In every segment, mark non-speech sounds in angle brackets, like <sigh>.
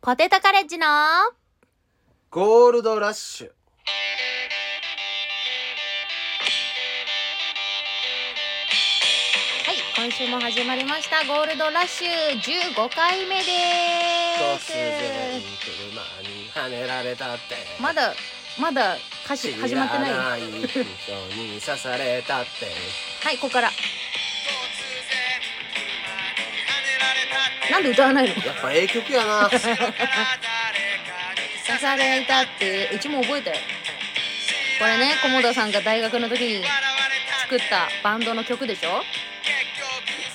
ポテトカレッジのゴールドラッシュ。はい、今週も始まりました。ゴールドラッシュ15回目で突然す。車にはねられたって。まだ、まだ歌詞始まってない。知らはない人に刺されたって。い、ここから。なんで歌わないのやっぱええ曲やな。刺されたって、うちも覚えたよ。これね、菰田さんが大学の時に作ったバンドの曲でしょ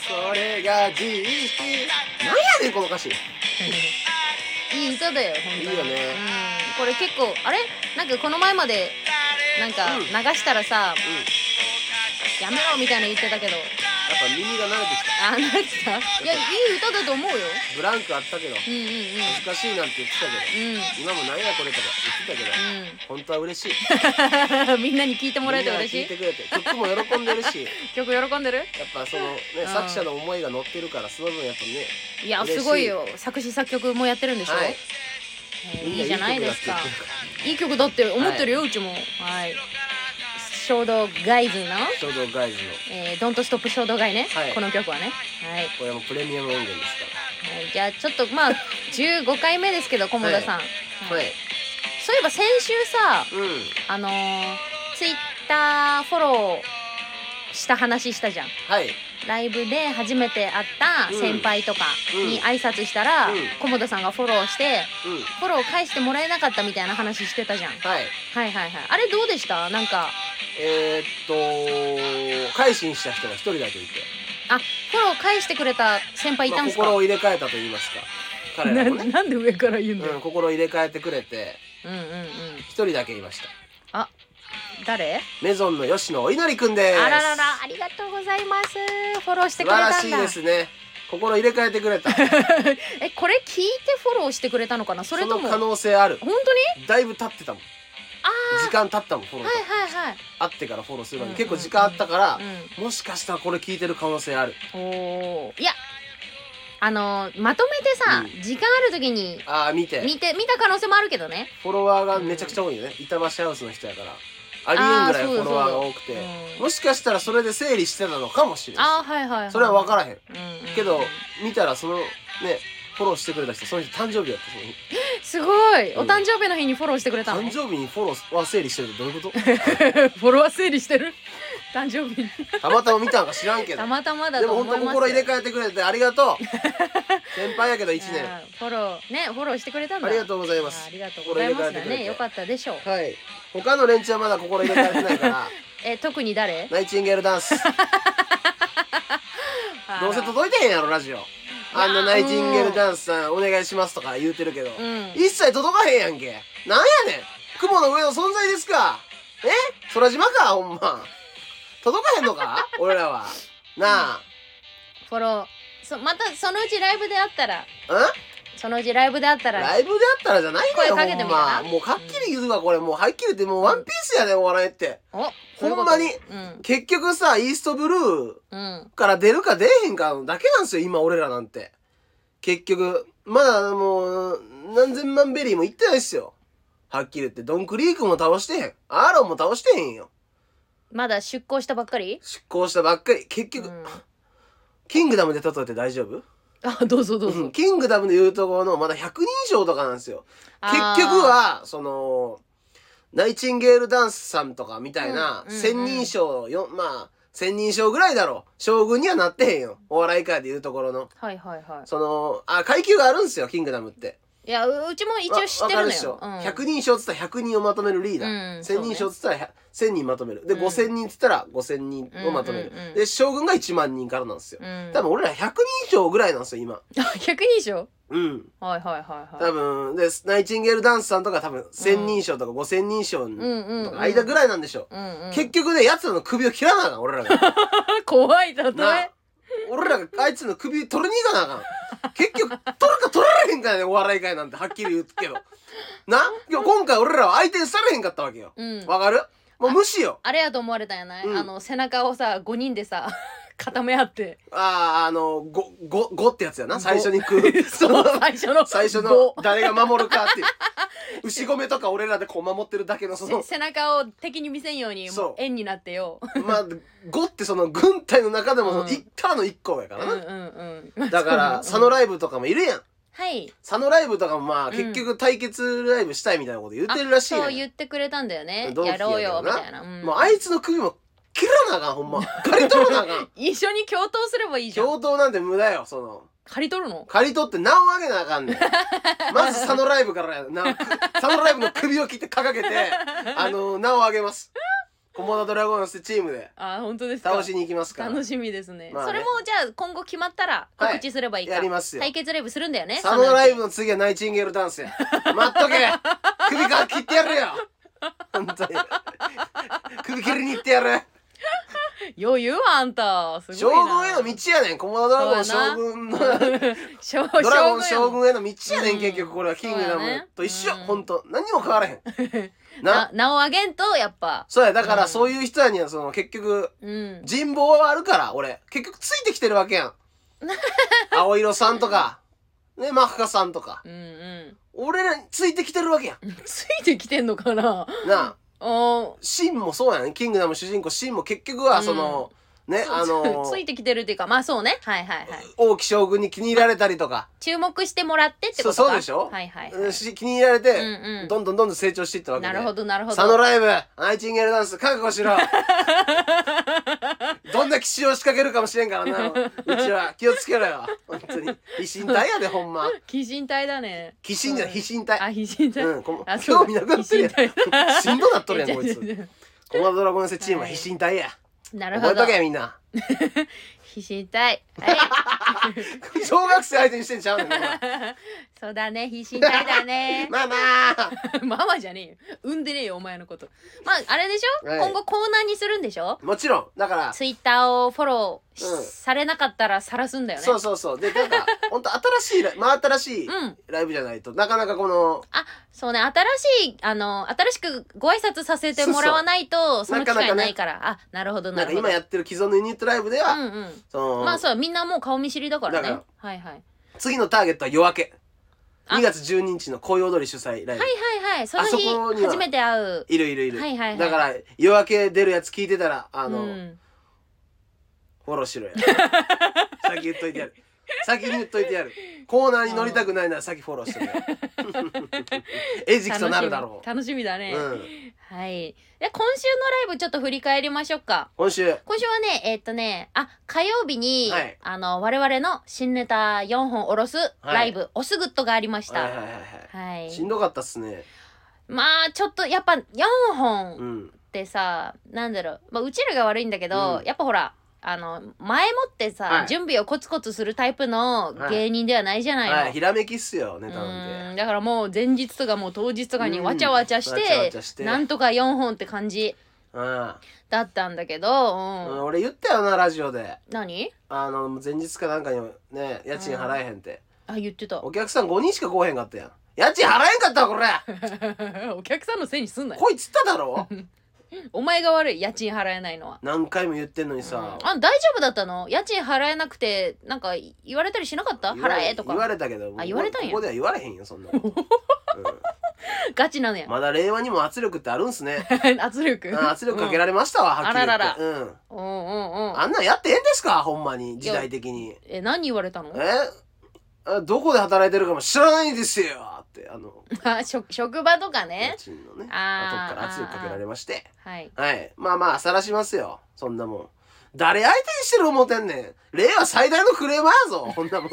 それが自意識。なんやねん、この歌詞。いい歌だよ本当にいいようねん、これ結構あれなんかこの前までなんかうん流したらさ、うん。ややっめろみたいなの言ってたけどぱ耳が慣れてきた。あなんてたいやいい歌だと思うよブランクあったけど、うんうんうん難しいなんて言ってたけど、今もなんやこれとか言ってたけど、本当は嬉しい。うんうんみんなに聞いてもらえて嬉しみいんなが聞いてくれて、曲も喜んでるし、や曲喜んでるっぱそのねうん、作者の思いが乗ってるから、その分やっぱね、いや嬉しいすごいよ作詞作曲もやってるんでしょ、はいえーみんいいじゃないですかいい曲だって言ってるからいい曲だって思ってるよ、うちもはい衝動ガイズの衝動ガイズのえー、ドントストップ衝動買いね、はいこの曲はね、はいこれもプレミアム音源ですはいじゃあちょっと <laughs> まあ15回目ですけど菰田さん、からははいいそういえば先週さうんあのー、ツイッターフォローした話したじゃんはいライブで初めて会った先輩とかに挨拶したら、うんうん菰田さんがフォローしてうんフォロー返してもらえなかったみたいな話してたじゃんはいはいはいはいあれどうでしたなんかえー、っと改心した人が一人だけいてあフォロー返してくれた先輩いまたあんすか、心を入れ替えたと言いますか彼らもね、なんで上から言ううん、心を入れ替えてくれてうんうんうん一人だけいましたあ誰、メゾンの吉野お稲荷くんですあらららありがとうございますフォローし素て晴くれたんだらしいですね心入れ替えてくれたそえこれ聞いてフォローしてくれたのかな <laughs> それとのも可本能性ある当にだいぶ経ってたもん時間経ったもんフォローはいはいはい会ってからフォローするのにうん結構時間あったからうもしかしたらこれ聞いてる可能性あるんおーいやあのーまとめてさ、うん時間ある時にああ見て見て見た可能性もあるけどねフォロワーがめちゃくちゃ多いよね、板橋ハウスの人やからありえんぐらいフォロワーが多くてあーそうだそうだうんもしかしたらそれで整理してたのかもしれなあーはいはい、はいいそれは分からへんうんうんうんけど見たらそのねフォローしてくれた人その人誕生日やったその日すごいうんお誕生日の日にフォローしてくれたの誕生日にフォローは整理してるってどういうこと <laughs> フォロワー整理してる <laughs> 誕生日にたまたま見たんか知らんけどたまたまだでとも思い本ます当心入れ替えてくれてあり <laughs> がとう先輩やけど1年あーフォローねフォローしてくれたんだありがとうございまあーすありがとうございますだ心入れ替えてくれねてよかったでしょうはい他の連中はまだ心入れ替えてないから <laughs> え特に誰ナイチンゲールダンスどうせ届いてへんやろラジオあんなナイチンゲールダンスさんお願いしますとか言うてるけど、うん一切届かへんやんけなんやねん雲の上の存在ですかえ空島かほんま届かへんの <laughs> か俺らはなフォローそまたそのうちライブであったらあんそのうちライブであったらライブであったらじゃないのよ声かけてみほんたらまもうはっきり言うわこれもうはっきり言ってもうワンピースやねんお笑いっておほんまにそういうこ結局さイーストブルーとうんから出るか出えへんかのだけなんですよ今俺らなんて結局まだもう何千万ベリーもいってないっすよはっきり言ってドンクリークも倒してへんアーロンも倒してへんよまだ出航したばっかり執行したばっかり結局、うん <laughs> キングダムで例えて大丈夫あどうぞどうんキングダムでいうところのまだ100人以上とかなんですよ結局はそのナイチンゲールダンスさんとかみたいな、うんうんうん千人称よまあ千人称ぐらいだろう将軍にはなってへんよお笑い界でいうところのはいはいはそのあ階級があるんですよキングダムっていいやううちも一応知ってるわわかのっしようょ、ん100人称っつったら100人をまとめるリーダー、うん1000人称っつったら100 1000人まとめるで、うん5000人っつったら5000人をまとめる、うんうんうんで将軍が1万人からなんですよ、うん <laughs> 多分俺ら100人称ぐらいなんですよ今あ100人以上うんはいはいはいは多い分でナイチンゲールダンスさんとか多分1000人称とか5000人称うんうんの間ぐらいなんでしょう、うんうん結局ね奴らの首を切らなあかん俺らが怖いだとなあ俺らがあいつの首取りに行かなあかん結局取るか取られへんからねお笑い界なんてはっきり言うけどな今日今回俺らは相手にされへんかったわけようんわかるもう無視よあれやと思われたんやない、うんあの背中をさ5人でさ <laughs> 固め合ってあああのごごごってやつやな最初に食う <laughs> そう最初の最初の棒誰が守るか <laughs> っていう牛米とか俺らでこう守ってるだけのそのせ背中を敵に見せんようにそうもう円になってよまあ5ってその軍隊の中でもそのうん1ターンの1個やかうらんな、うんうんだからそう佐野ライブとかもいるやんはい佐野ライブとかもまあうん結局対決ライブしたいみたいなこと言ってるらしいねんそう言ってくれたんだよね同期ややけどろなうよみたいな、うんもうあいつの首も切らなあかんほんま刈り取らなあか <laughs> ん一緒に共闘すればいいじゃん共闘なんて無駄よその借り取るの刈り取って名を上げなあかんねんまず佐野ライブからやなく佐野ライブの首を切って掲げてあの名を上げますコモダドラゴンスチームであ本当ですか倒しに行きますから楽しみですね,、まあねそれもじゃあ今後決まったらはい告知すればいいか、やりますよ対決ライブするんだよね佐野ライブそのうの次はナイチンゲールダンスや待っとけ首から切ってやるよ本当に首切りに行ってやるち余裕はあんたす将ごいな軍への道やねんコモダドラゴンそうや将な軍 <laughs> の将軍ドラゴン将将軍軍への道やねうんん結局これはキングダそうやねムと一緒うん本当何も変わらへ <laughs> んなな名をあげんとやっぱそうやだかうんらそういう人らにはその結局うん人望はあるから俺結局ついてきてるわけや <laughs> ん青色さんとかねマフカさんとかうんうん <laughs> 俺らについてきてるわけやついてきてんのかなんなあおシンもそうやねキングダム主人公シンも結局はその、ねあ <laughs> のついてきてるっていうかまあそうねはいはいはい王毅将軍に気に入られたりとか、注目してもらってってことかそうそうでしょはいはい、うはんし気に入られて、うんうんどんどんどんどん成長していったわい、けでなるほどなるほど佐野ライブナイチンゲールダンス覚悟しろ <laughs> どんな騎士を仕掛けるかもしれんからなうちは気をつけろよ本当に非信体やでほんま鬼神体だね鬼神じゃない非信体あ非神体、うんこもあそう興味なくなってる非神体や <laughs> んしんどなっとるやんえこいつ違う違う違うコマドラゴンセチームは非信体や <laughs> なる覚ほえとどけやみんな非神体はい小学生相手にしてんちゃうねんお前 <laughs> そうだね非神体だね <laughs> ママママじゃねえよ産んでねえよお前のことまああれでしょ、はい今後コーナーにするんでしょもちろんだからツイッターをフォローし、うんされなかったら晒すんだよねそうそうそうでなんか本当新しいライ真新しいうんライブじゃないとなかなかこのあそうね新しいあの新しくご挨拶させてもらわないとそそうそうの機なかなか会ねないからあなるほどななんかるほど今やってる既存のユニットライブでは、うんうんその、まあそうみんなもう顔見知りだからねだかはいはい次のターゲットは夜明けあ2月12日の紅葉通り主催ライブ、はいはいはいそのあそこ日には初めて会うい、るいるいる、はいはいはいだから夜明け出るやつ聞いてたらあの、うん、フォローしろや先言っといて <laughs> やる先に言っといてやるコーナーに乗りたくないなら先フォローしてくれ餌食となるだろ楽しみ楽しみだう、ね、うん、はいで今週のライブちょっと振り返りましょうか今週今週はねえーっとねあ火曜日に、はいあの我々の新ネタ4本おろすライブ、おすぐっとがありましたはいはいは、はいはいいしんどかったっすねまあちょっとやっぱ4本うんってさなんだろう、まあ、うちらが悪いんだけど、うんやっぱほらあの前もってさ、はい準備をコツコツするタイプの芸人ではないじゃないの、はいひらめきっすよネタなうんんだからもう前日とかもう当日とかにわちゃわちゃしうんわちゃわて,、ちゃしてなんとか4本って感じてあだったんだけど、あうん俺言ったよなラジオで何あの前日かなんかにね家賃払えへんってあ言ってたお客さん5人しか来おへんかったやん家賃払えんかったわこれ <laughs> お客さんのせいにすんなよこいつっただろお前が悪い家賃払えないのは。何回も言ってんのにさうんあ大丈夫だったの家賃払えなくてなんか言われたりしなかった言われ払えとか言われたけどあ言われたんやここでは言われへんよそんな <laughs> ことガチなのや、まだ令和にも圧力ってあるんすね <laughs> 圧力うん圧力かけられましたわはっきり言ってあらららうんうんうんうんうんあんなんやってええんですかほんまに時代的にえ何言われたのえあどこで働いてるかも知らないですよってあの <laughs> あ職職場とか家ね賃のね後あーから圧力かけられましてはいはいまあまあ晒しますよそんなもん誰相手にしてる思うてんねん令和最大のクレーマーやぞこんなもん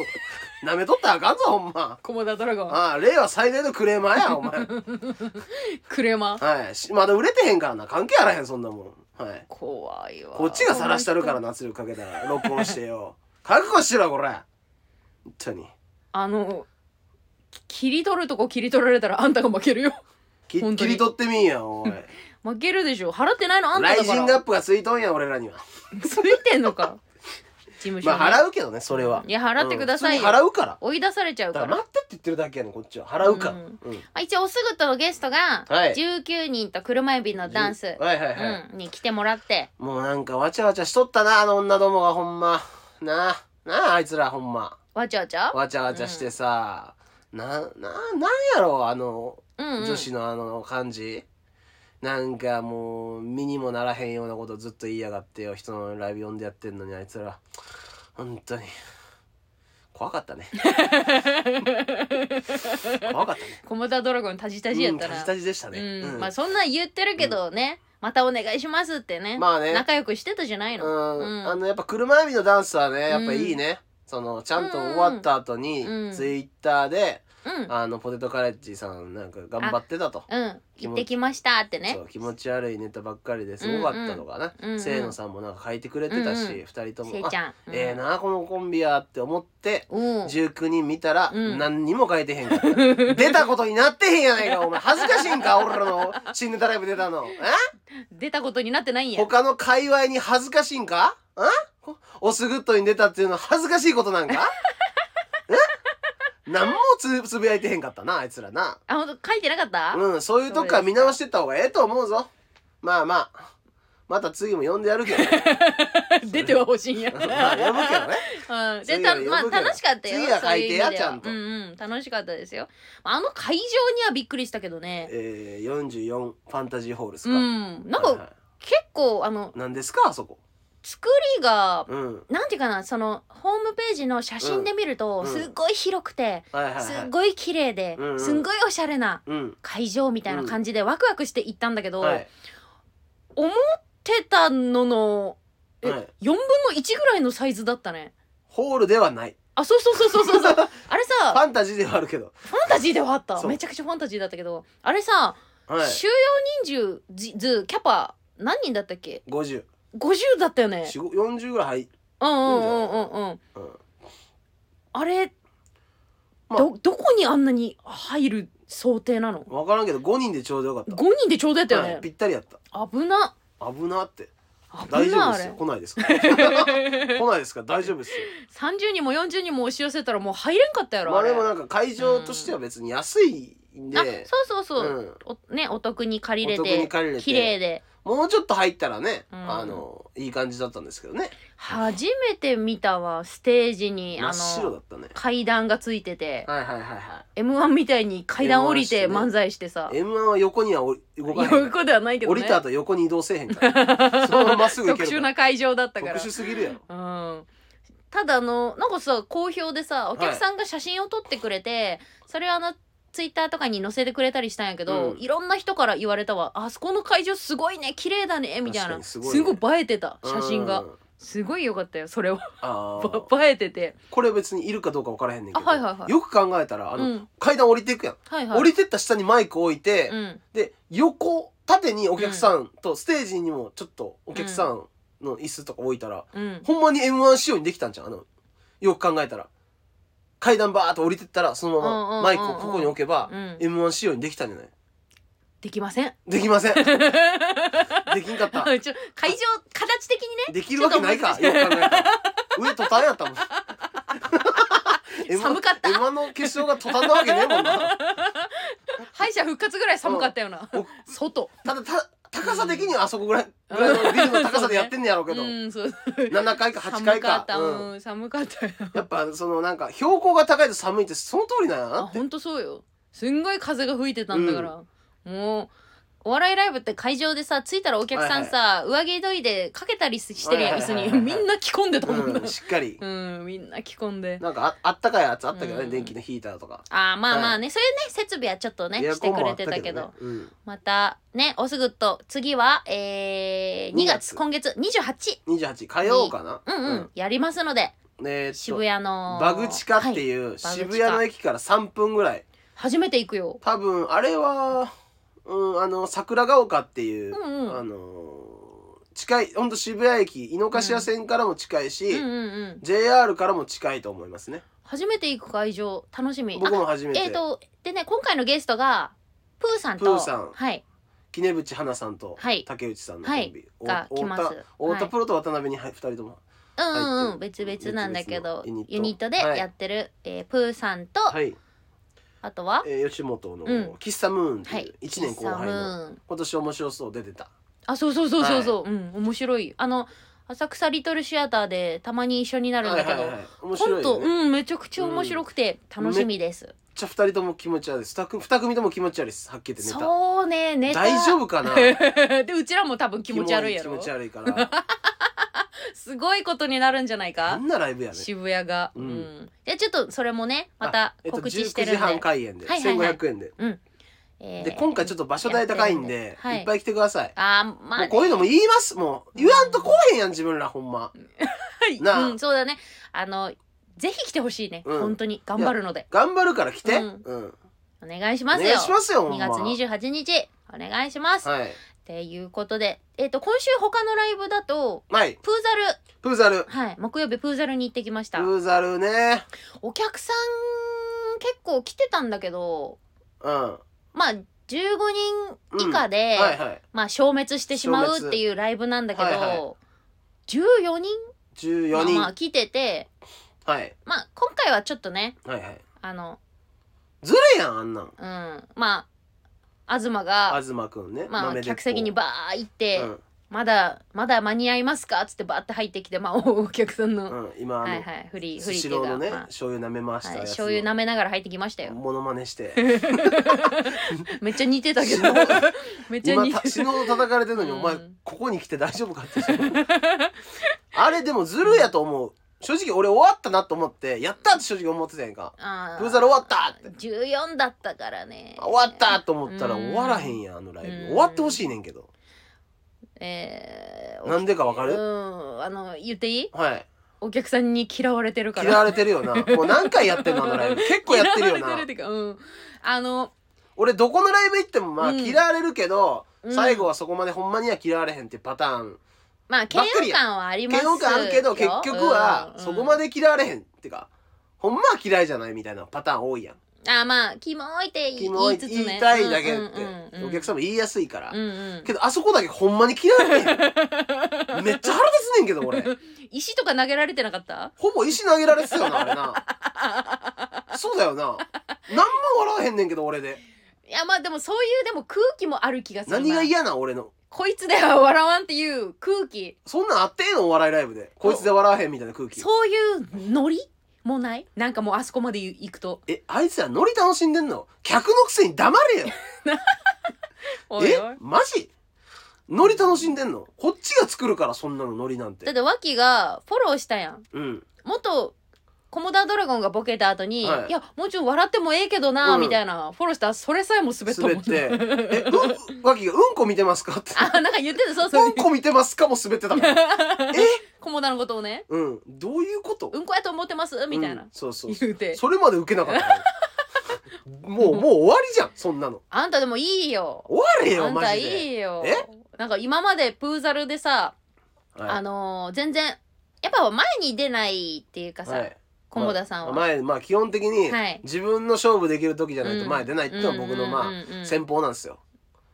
舐めとったらあかんぞほんま駒田ドラゴンああ令和最大のクレーマーやお前クレーマーはいしまだ売れてへんからな関係あらへんそんなもんはい怖いわこっちが晒したるからな圧力かけたら録音してよ覚悟しろこれ本当にあのき切り取るとこ切り取られたらあんたが負けるよ <laughs> き本当切にり取ってみんやおい負けるでしょ払ってないのあんただライかジら <laughs> ングアップがついとんや俺らにはついてんのか務所まに、あ払うけどねそれはいや払ってくださいようん普通に払うから追い出されちゃうだかからら待ってって言ってるだけやねんこっちは払うから、ううんんあ一応おすぐとゲストがはい19人と車指のダンス、はいはいはい、うん、に来てもらってもうなんかわちゃわちゃしとったなあの女どもがほんまなあなああいつらほんまわちゃわちゃわちゃわちゃしてさ、なななんやろあのうんうん女子のあの感じ、なんかもう身にもならへんようなことずっと言いやがってよ人のライブ呼んでやってんのにあいつら本当に怖 <laughs> かったね怖かったねコモダドラゴンタジタジやったら、うんタジタジでしたうね、んうんまあそんなん言ってるけどね、またお願いしますってね,、まあね仲良くしてたじゃないのうんうんあのやっぱ車エビのダンスはねやっぱいいね、そのちゃんと終わった後に、うんツイッターで、うんあのポテトカレッジさんなんか頑張ってたと、うん気行っ持ちてきましたってねそう気持ち悪いネタばっかりですごかったとかな、うんうんうんうん清野さんもなんか書いてくれてたし、うんうん2人ともせいちあゃん、うん、ええなこのコンビやって思ってうん19人見たらうん何にも書いてへんから、出たことになってへんやないかお前恥ずかしいんか俺らの新ネタライブ出たのえ出たことになってないんや他の界隈に恥ずかしいんかんこおすぐっとに出たっていうのは恥ずかしいことなん <laughs> かえ何もつつぶやいてへんかったなあいつらなあ本当書いてなかった、うん、そういうとこから見直してった方がええと思うぞ。まあまあ、また次も呼んでやるけど。 <laughs> 出てはほし <laughs> いんや、まあ、呼ぶけどね。うん、で次たは呼ぶまあけど楽しかったよ次はそういう意味で書いてやちゃんとうんうん楽しかったですよあの会場にはびっくりしたけどねえー、44ファンタジーホールですうか。んなんはいはか結構あのいなんですか、あそこ。作りがうん。なんていうかなそのホームページの写真で見ると、うんすっごい広くて、はいはいはい。すっごい綺麗で、うんうんすんごいおしゃれなうん。会場みたいな感じでワクワクして行ったんだけど、はい。思ってたのの、えはい4分の1ぐらいのサイズだったねホールではない。あそうそうそうそう <laughs> そうそうあれフさァンタジーではあるけど。ファンタジーではあったそうめちゃくちゃファンタジーだったけどあれさ、はい。収容人数ずずキャパ何人だったっけ50。 50だったよね四五40ぐらい入うんうんうんうんうんうん。あれ、まあどどこにあんなに入る想定なのわからんけど、5人でちょうどよかった。 5人でちょうどやったよはいねぴったりやった。危な危なって。大危丈な夫あですれよ。来ないですから。 <laughs> 来 <laughs> ないですから、大丈夫ですよ。 30人も40人も押し寄せたらもう入れんかったやろまああれでもなんか会場としては別に安いんあで、そうそうそう、うんおねお得に借りれお得てに借りれて綺麗でもうちょっと入ったらね、うんあのいい感じだったんですけどね初めて見たわステージに真あっ白だのったね階段がついててはいはいはいは m 1みたいに階段降りて M1 してね漫才してさい m 1は横にはおり動かへんから横ではないけど降ねりた後横に移動せえへんから <laughs> そのまままっすぐ行け特る殊からな会場だったから特殊すぎるやろうんただあのなんかさ好評でさお客さんが写真を撮ってくれて、それをあのツイッターとかに載せてくれたりしたんやけど、うんいろんな人から言われたわ「あそこの会場すごいね綺麗だね」みたい確かなにすすごごい,、いね映えてた写真がうんすごいよかったよそれはあー <laughs> 映えててこれ別にいるかどうか分からへんねんけど、あはいはいはいよく考えたらあの、うん階段降りていくやん、はいはい降りてった下にマイク置いて、うんで横縦にお客さんとステージにもちょっとお客さんの椅子とか置いたら、うんほんまに m 1仕様にできたんじゃんあのよく考えたら階段バーっと降りてったらそのまうんうんうんうんまマイクをここに置けば、うん m 1仕様にできたんじゃないできませんできま <laughs> せんできんかっちょた会場形的にねできるわけないかよく考えたら上途端や <laughs> ったもん M1 寒かった M1 の決勝が途端なわけねえも <laughs> んな敗者復活ぐらい寒かったよなお外ただた高さ的にはあそこぐらいぐらいのビルの高さでやってんねやろうけうど、んそう7回か8寒回かかった、うんうん、寒かったよやっぱそのなんか標高が高いと寒いってその通りなんやなあって本当そうよすんごい風が吹いてたんだから、もうお笑いライブって会場でさ着いたらお客さんさ、上着脱いでかけたりしてるやん、はいはいはいはい椅子にみんな着込んでたもんなうん、しっかりうん、みんな着込んでなんかああったかいやつあったけどね、うん電気のヒーターとか、あーまあまあね、そういうね設備はちょっとねエアしてコンくもあれってたたけどけどね、うん、またねおすぐっと次はえー、2 2月月今月28 28火曜かなうんうん、やりますのでうんえーっと渋谷のバグチカってはいいうカ渋谷の駅から3分ぐらい初めて行くよ多分あれは、うん、あの桜ヶ丘っていう、うんうんあのー近いほんと渋谷駅井の頭線からも近いし、うんうんうん JR からも近いと思いますね初めて行く会場楽しみ僕も初めて、えー、とでね今回のゲストがプーさんとプーさんはい杵渕花さんとはい竹内さんのコンビ、がお来ます太田はい太田プロと渡辺にはい二人ともうんうんうんはい別々なんだけど別々のユニットユニットではいやってる、えープーさんと、はい、あとは、えー吉本のうん喫茶ムーンってはいいう1年後喫輩の茶ムーン今年面白そう出てたあそうそうそうそうそう、うん面白いあの浅草リトルシアターでたまに一緒になるんだけど、はいはいはい、面コ白ンいト、よねめっうんめちゃくちゃ面白くて楽しみです、ちゃ2人とも気持ち悪いです 2, 組とも気持ち悪いですはっきり言ってネタそうねネタ大丈夫かなでうちらも多 <laughs> 分気持ち悪いやキモろ気持ち悪い <laughs> からすごいことになるんじゃないあかんなライブやね渋谷がううんんじゃあちょっとそれもねまたあえっと告知してるんで、19時半開演で、はいはいはい1500円でえーで今回ちょっと場所代高いんやってるんでで、はいい、っぱい来てください、あーまあもね、うこういうのも言いますもう言わんとこうへんやん自分らほんまはいなあうん、そうだねあのぜひ来てほしいね、うん本当に頑張るので頑張るから来て、ううんんお願いしおますよ願いしますよほん2ま月28日お願いします、はいっていうことでえっ、と今週他のライブだとはいプーザルプーザルはい木曜日プーザルに行ってきましプたーザルねお客さん結構来てたんだけどうんはまあ15人以下で、いはいまあ消滅してしま消う滅っていうライブなんだけど、はいはい14人14ま人、あまあ来ててはいまあ今回はちょっとねはいはいあのずるいやんあんなんうんまあ東が東くんねまあ豆鉄砲客席にバー行って、うんまだまだ間に合いますかっつってバーって入ってきてまあおお客さんの、うん、今あの、はいはいフリーフスリーっシていロうーか、のね、まあ醤油舐めましたはい、やつの醤油舐めながら入ってきましたよモノマネしてめっちゃ似てたけどめっちゃ今似てたた死のう叩かれてるの <laughs> に、うんお前ここに来て大丈夫かってあれでもずるやと思う正直俺終わったなと思ってやったって正直思ってたやんかあプーザル終わったって14だったからねあ終わったと思ったらうん終わらへんやんあのライブうん終わってほしいねんけどえー、なんでかわかうるんあの言っていいはいお客さんに嫌われてるから嫌われてるよなもう何回やってんのあのラ <laughs> イブ結構やってるよ嫌われなてるっていうかうんあの俺どこのライブ行ってもまあうん嫌われるけどうん最後はそこまでほんまには嫌われへんっていうパターンまあ嫌ばっか悪りや感はあります嫌悪感あるけど結局はそこまで、で嫌われへんってかほんまは嫌いじゃないみたいなパターン多いやんうんあまあキモいって言いキモい言いつ言ついねたいだけっうんうんうてん、お客さんも言いやすいからうんうんけどあそこだけほんまに嫌われへんめっちゃ腹立つねんけど俺石とか投げられてなかったほぼ石投げられてたよなあれなそうだよな何も笑わへんねんけど俺でいやまあでもそういうでも空気もある気がするな何が嫌な俺のこいつでは笑わんっていう空気そんなんあってんのお笑いライブでこいつで笑わへんみたいな空気そういうノリもないなんかもうあそこまで行くとえあいつらノリ楽しんでんの客のくせに黙れよおいえおいマジノリ楽しんでんのこっちが作るからそんなのノリなんだってて脇がフォローしたやんうん元コモダドラゴンがボケた後に、はいい、やもうちょっと笑ってもええけどな、うんみたいなフォローしたらそれさえも滑ったもん滑ってね「えうんわきがうんこ見てますか?」って <laughs> あなんか言ってたそう「うそうんこ見てますか?」も滑ってたからコモダのことをねうんどういうことうんこやと思ってますみたいな、うんそうそう言うてそれまで受けなかったからもうもう終わりじゃんそんなのあんたでもいいよ終われあよんマたジでいいよえなんか今までプーザルでさ、はいあのー全然やっぱ前に出ないっていうかさ、はいコモダさんは、まあ前まあ基本的にはい自分の勝負できる時じゃないとうん前出ないっていうのは僕のまうんうんうんうあん戦法なんですよ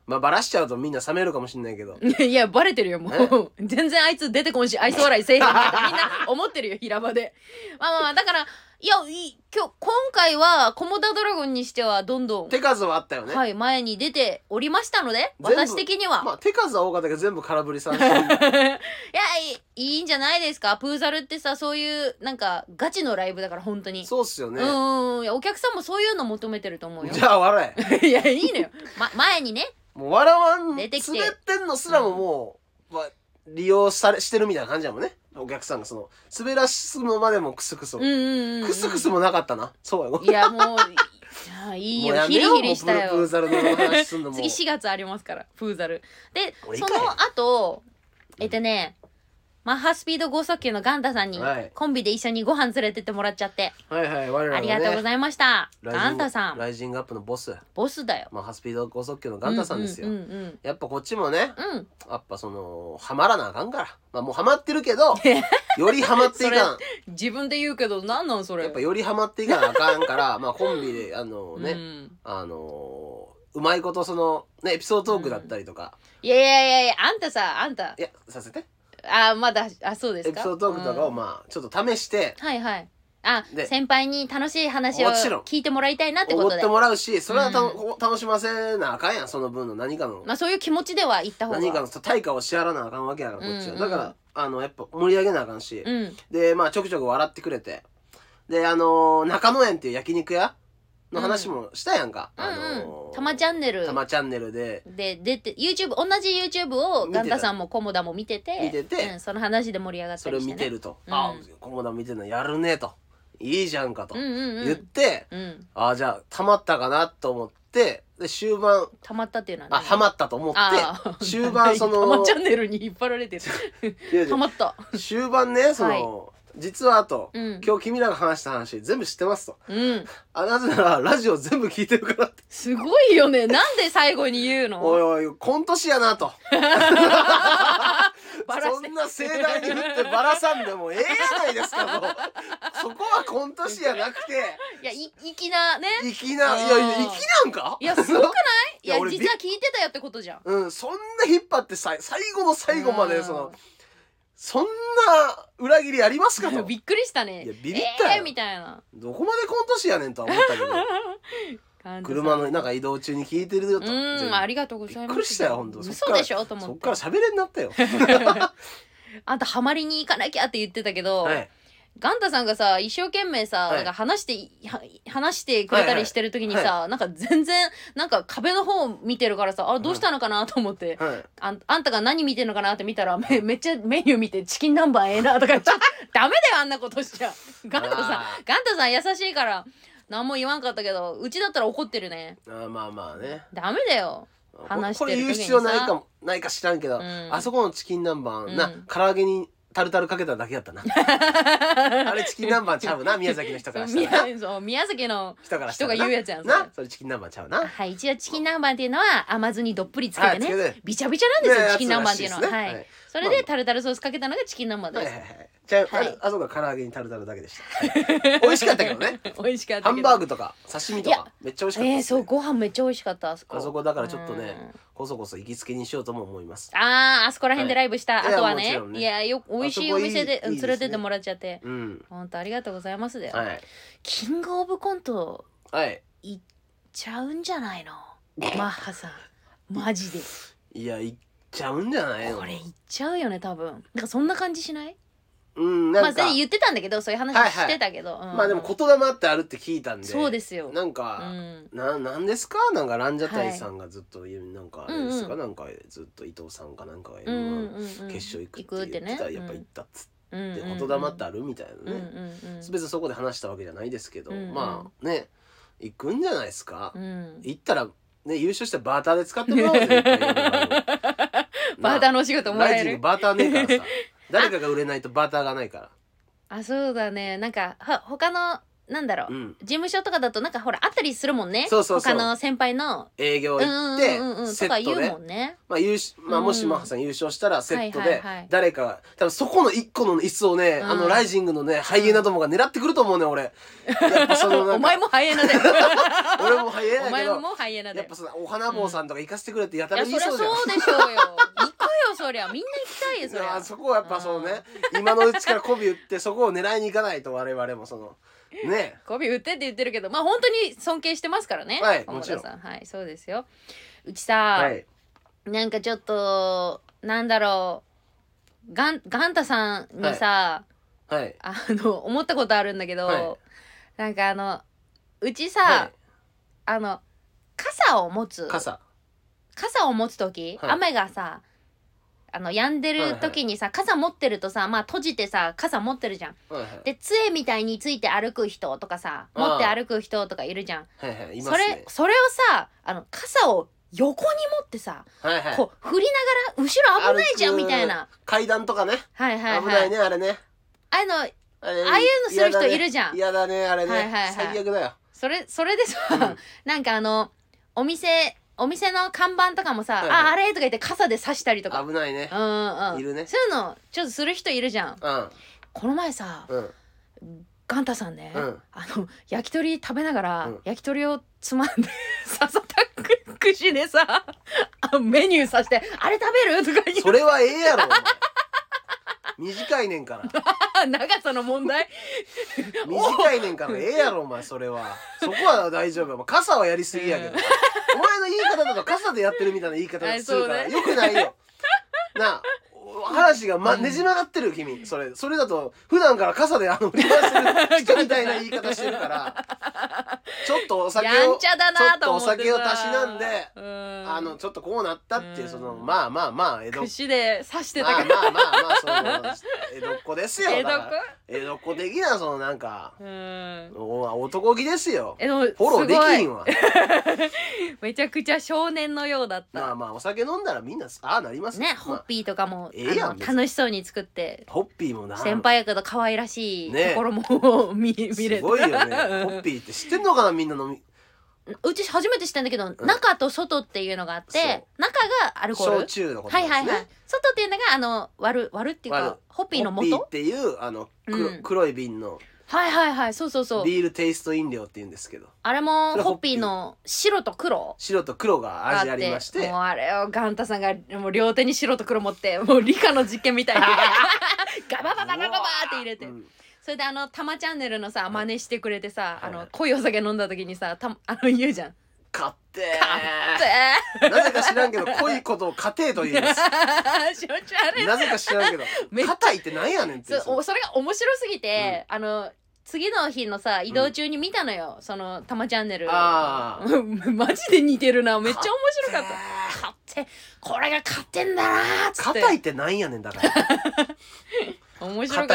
まあバラしちゃうとみんな冷めるかもしれないけどいやいやバレてるよもう全然あいつ出てこんし愛想笑いせえへんけどみんな思ってるよ平場で <laughs> まあまあまあだからいやい今日今回は「コモダドラゴン」にしてはどんどん、手数はあったよねはい前に出ておりましたので全部私的には、まあ手数は多かったけど全部空振り三振 <laughs> いやいいいいんじゃないですかプーザルってさそういうなんかガチのライブだから本当にそうっすよねうんうんうんいやお客さんもそういうの求めてると思うよじゃあ笑え <laughs> いやいいのよ、ま、前にねもう笑わん出滑っててきてんのすらももう、まあ、利用されしてるみたいな感じやもんねお客さんがその滑らすのまでもクスクスうんうんうんうんクスクスもなかったなそうやごめんいやもういやいいもうよやめヒリようヒリしたよもうプープーザルの話すんの <laughs> も次4月ありますからプーザルで俺行そかのへん後えっとねマッハスピード剛速球のガンタさんにはいコンビで一緒にご飯連れてってもらっちゃって、はいはい我らあのりねがとうございましたライジンガンタさんライジングアップのボスボスだよまあハスピード高速球のガンタさんですよ、うんうんやっぱこっちもねうん、うんやっぱそのハマらなあかんからまあもうハマってる <laughs> けどよりハマっていかん自分で言うけどなんなんそれやっぱよりハマっていかなあかんからまあコンビであのね、うんあのーうまいことそのねエピソードトークだったりとか、いやいやいやいやあんたさあんたいやさせてあまだあそうですエかピソードトークとかをうんまあちょっと試してはいはいあで先輩に楽しい話をもちろん聞いてもらいたいなっておこごとっでてもらうしそれはたうんこ楽しませなあかんやんその分の何かのまあそういう気持ちでは行った方が何かの対価を支払わなあかんわけやからこっちはうんだからあのやっぱ盛り上げなあかんしうんでまあちょくちょく笑ってくれてであのー中野園っていう焼肉屋の話もしたやんか、うんあのうんーたまチャンネルたまチャンネルでで出て YouTube 同じ YouTube を見てたガンタさんもコモダも見てて見ててうん、その話で盛り上がったそりれをして、ね、見てると「うんあコモダ見てるのやるね」と「いいじゃんか」とうんうんう言っんて、うんあじゃあたまったかなと思ってで終盤たまったっていうのは、ね、あハマったと思あって終盤 <laughs> そたまのチャンネルに引っ張られてるいやいやたまった終盤ねその、実はあと、うん今日君らが話した話全部知ってますとうんあなたならラジオ全部聞いてるか <laughs> らってすごいよねなんで最後に言うおいのおい今年やなと <laughs> バラそしてんな盛大に振ってバラさんでもええやないですかとそこは今年やな <laughs> くて <laughs> いやい粋なね粋なあーいやいや粋なんかいやすごくないいいやや俺実は聞いてたよってことじゃんうんそんな引っ張ってさ最後の最後まうでんそのそんな裏切りありますかとびっくりしたねいやビビったよえーみたいなどこまで今年やねんとは思ったけど <laughs> 感じさ車のなんか移動中に聞いてるようと全ん部ありがとうございますびっくりしたよほんとそっか嘘らでしょとそ思っってから喋れんなったよあんたハマりに行かなきゃって言ってたけど、はいガンタさんがさ一生懸命さ、はいなんか話していは話してくれたりしてる時にさ、なんか全然なんか壁の方見てるからさあどうしたのかなと思って、はいあんあんたが何見てんのかなって見たらめめっちゃメニュー見てチキン南蛮ええなとか言っち <laughs> ゃダメだよあんなことしちゃガンタさんあガンタさん優しいから何も言わんかったけどうちだったら怒ってるねあーまあまあねダメだよ話してこるれ時言うにさ必要ないかもないか知らんけど、うんあそこのチキン南蛮、うんな唐揚げにタルタルかけただけ <laughs> やったなあれチキン南蛮ちゃうな宮崎の人からしたらな宮そう宮崎の人からした人らが言なうやつやんそれなそれチキン南蛮ちゃうなはい、一応チキン南蛮っていうのは甘酢にどっぷりつけてね、はいつけてびちゃびちゃなんですよ、ねチキン南蛮っていうのは、やつらはしいですねい、はいそれでタルタルソースかけたのがチキン南蛮はいではす、いはいじゃあ,、はいあそこは唐揚げにタルタルだけでした、 <laughs> はい、美味しかったけどね美味しかったハけどンバーグとか刺身といやかめっちゃ美味しかったえでー、すそうね、ご飯めっちゃ美味しかったあそこあそこだからちょっとねうんこそこそ行きつけにしようとも思いますあーあそこら辺でライブした、はいあとはいねやもちろんねいやよ美味しいお店であそこいいうん連れてってもらっちゃって、うんほんとありがとうございますだよ、はいキングオブコントはい行っちゃうんじゃないのマッハさんマジでいや行っちゃうんじゃないのこれ行っちゃうよね多分なんかそんな感じしないうんまなあんか、全然言ってたんだけどそういう話はいはいしてたけど、うんまあでも言霊ってあるって聞いたんでそうですよ。なんうか、ん。ななんですかなんかランジャタイさんがずっと言う、なんかあれですか、うんなんかずっと伊藤さんかなんかがうん M1 うんうん。決勝行くって言ってたらやっぱ行ったっつ言って言霊ってあるみたいなうんうんね、うん。別にそこで話したわけじゃないですけど、うんうんまあね行くんじゃないですか、うん。行ったらね優勝したらバーターで使ってもらおうぜ一回 <laughs> バーターのお仕事もらライえジングる。バーターねえからさ誰かが売れないとバーターがないからあそうだね。なんかは他のなんだろうう。ん事務所とかだとなんかほらあったりするもんね。そうそうそう他の先輩の。営業うん行うんうっんうんてセとかッ言トうでもんね。まあ優勝まあ、うんもしマッハさん優勝したらセットはいではいはい誰かが多分そこの一個の椅子をね、うんあのライジングのねハイエナどもが狙ってくると思うね俺やっぱそのなん <laughs> かお前もハイエナ <laughs> だよ。俺もハイエナおだけ前どもハイエナだやっよぱ。そのお花坊さんとか行かせてくれってやたいらやそにり言ゃいそそううじゃん、でしょうよ。行くよそりゃみんな行きたいよそりいやゃ。そこはやっぱそのね今のうちから媚び打ってそこを狙いに行かないと我々もそのねコビ売ってって言ってるけどまあ本当に尊敬してますからねはい小村もちろんさんはいそうですようちさ、はいなんかちょっとなんだろうガンガンタさんにさ、はいあの思ったことあるんだけど、はいなんかあのうちさ、はあの傘を持つい傘傘を持つ時、はい雨がさあの止んでる時にさ、傘持ってるとさまあ閉じてさ傘持ってるじゃんはいはいで杖みたいについて歩く人とかさあー持って歩く人とかいるじゃんはいはいいまそすれねそれをさあの傘を横に持ってさ、はいはいこう振りながら後ろ危ないじゃん歩くみたいな階段とかねはいはいはい危ないねあれねああいうのあれああいうのする人いるじゃん嫌だねあれね、はいはいはい最悪だよそれそれでさ、うんなんかあのお店お店の看板とかもさ「はいはいああれ?」とか言って傘で刺したりとか危ないねうんうんいるねそういうのちょっとする人いるじゃんうんこの前さうんガンタさんね、うんあの焼き鳥食べながら、うん焼き鳥をつまんでささたく串でさあメニューさして「あれ食べる?」とか言って <laughs> それはええやろお前短いねんから長さの問題短いねんからええやろお前それはそこは大丈夫やお前傘はやりすぎやけど、うんお前の言い方だと傘でやってるみたいな言い方するから、あそうねよくないよなあお話が、ま、うんねじ曲がってる君それそれだと普段から傘であの売り回す人みたいな言い方してるからちょっとお酒をやんちゃだなと思ってさちょっとお酒をたしなんでうんあのちょっとこうなったっていううんそのまあまあまあ江戸っ串で刺して子たまかあらまあまあまあその江戸っ子ですよ江戸だから江戸っ子的なそのなんか区うんお男気ですよえでもすフォロごーできい <laughs> んわめちゃくちゃ少年のようだっまあたまあお酒飲んだらみんなああなりますねまホあッピーとかもええやんあの楽しそうに作ってホッピーもな先輩やけど可愛らしいとねころも <laughs> 見見れすてごいよねホッ <laughs> うんピーって知ってんのかなみんな飲みうち初めて知ったんだけどうん中と外っていうのがあっそうて中がアルコール焼酎のことはなんいですねはいはい外っていうのがあの割る割るっていう割かるホッピーのホッピー元っていうあの黒,、うん黒い瓶のはいはいはいそうそうそうビールテイスト飲料って言うんですけどあれそもれホッピーの白と黒白と黒ががあっ味てありましてもうあれをガンタさんがもう両手に白と黒持ってもう理科の実験み <laughs> たいに <laughs> ガババババババーって入れてうんそれであの「たまチャンネル」のさ真似してくれてさ、はあいの濃いお酒飲んだ時にさた <laughs> あの言う <laughs> じゃん「買ってえなぜか知らんけど濃いことを家 <laughs> 庭と言いますー、しょっちゅうあれなぜか知らんけど <laughs> めっちゃ硬いってなんやねんってそおそれが面白すぎて、あの次の日のさ移動中に見たのよ、その「たまチャンネル」あ <laughs> マジで似てるなめっちゃ面白かった <laughs> た買ってこれが買ってんだなーっつって硬いってなんやねんだから面白かったよ硬いっ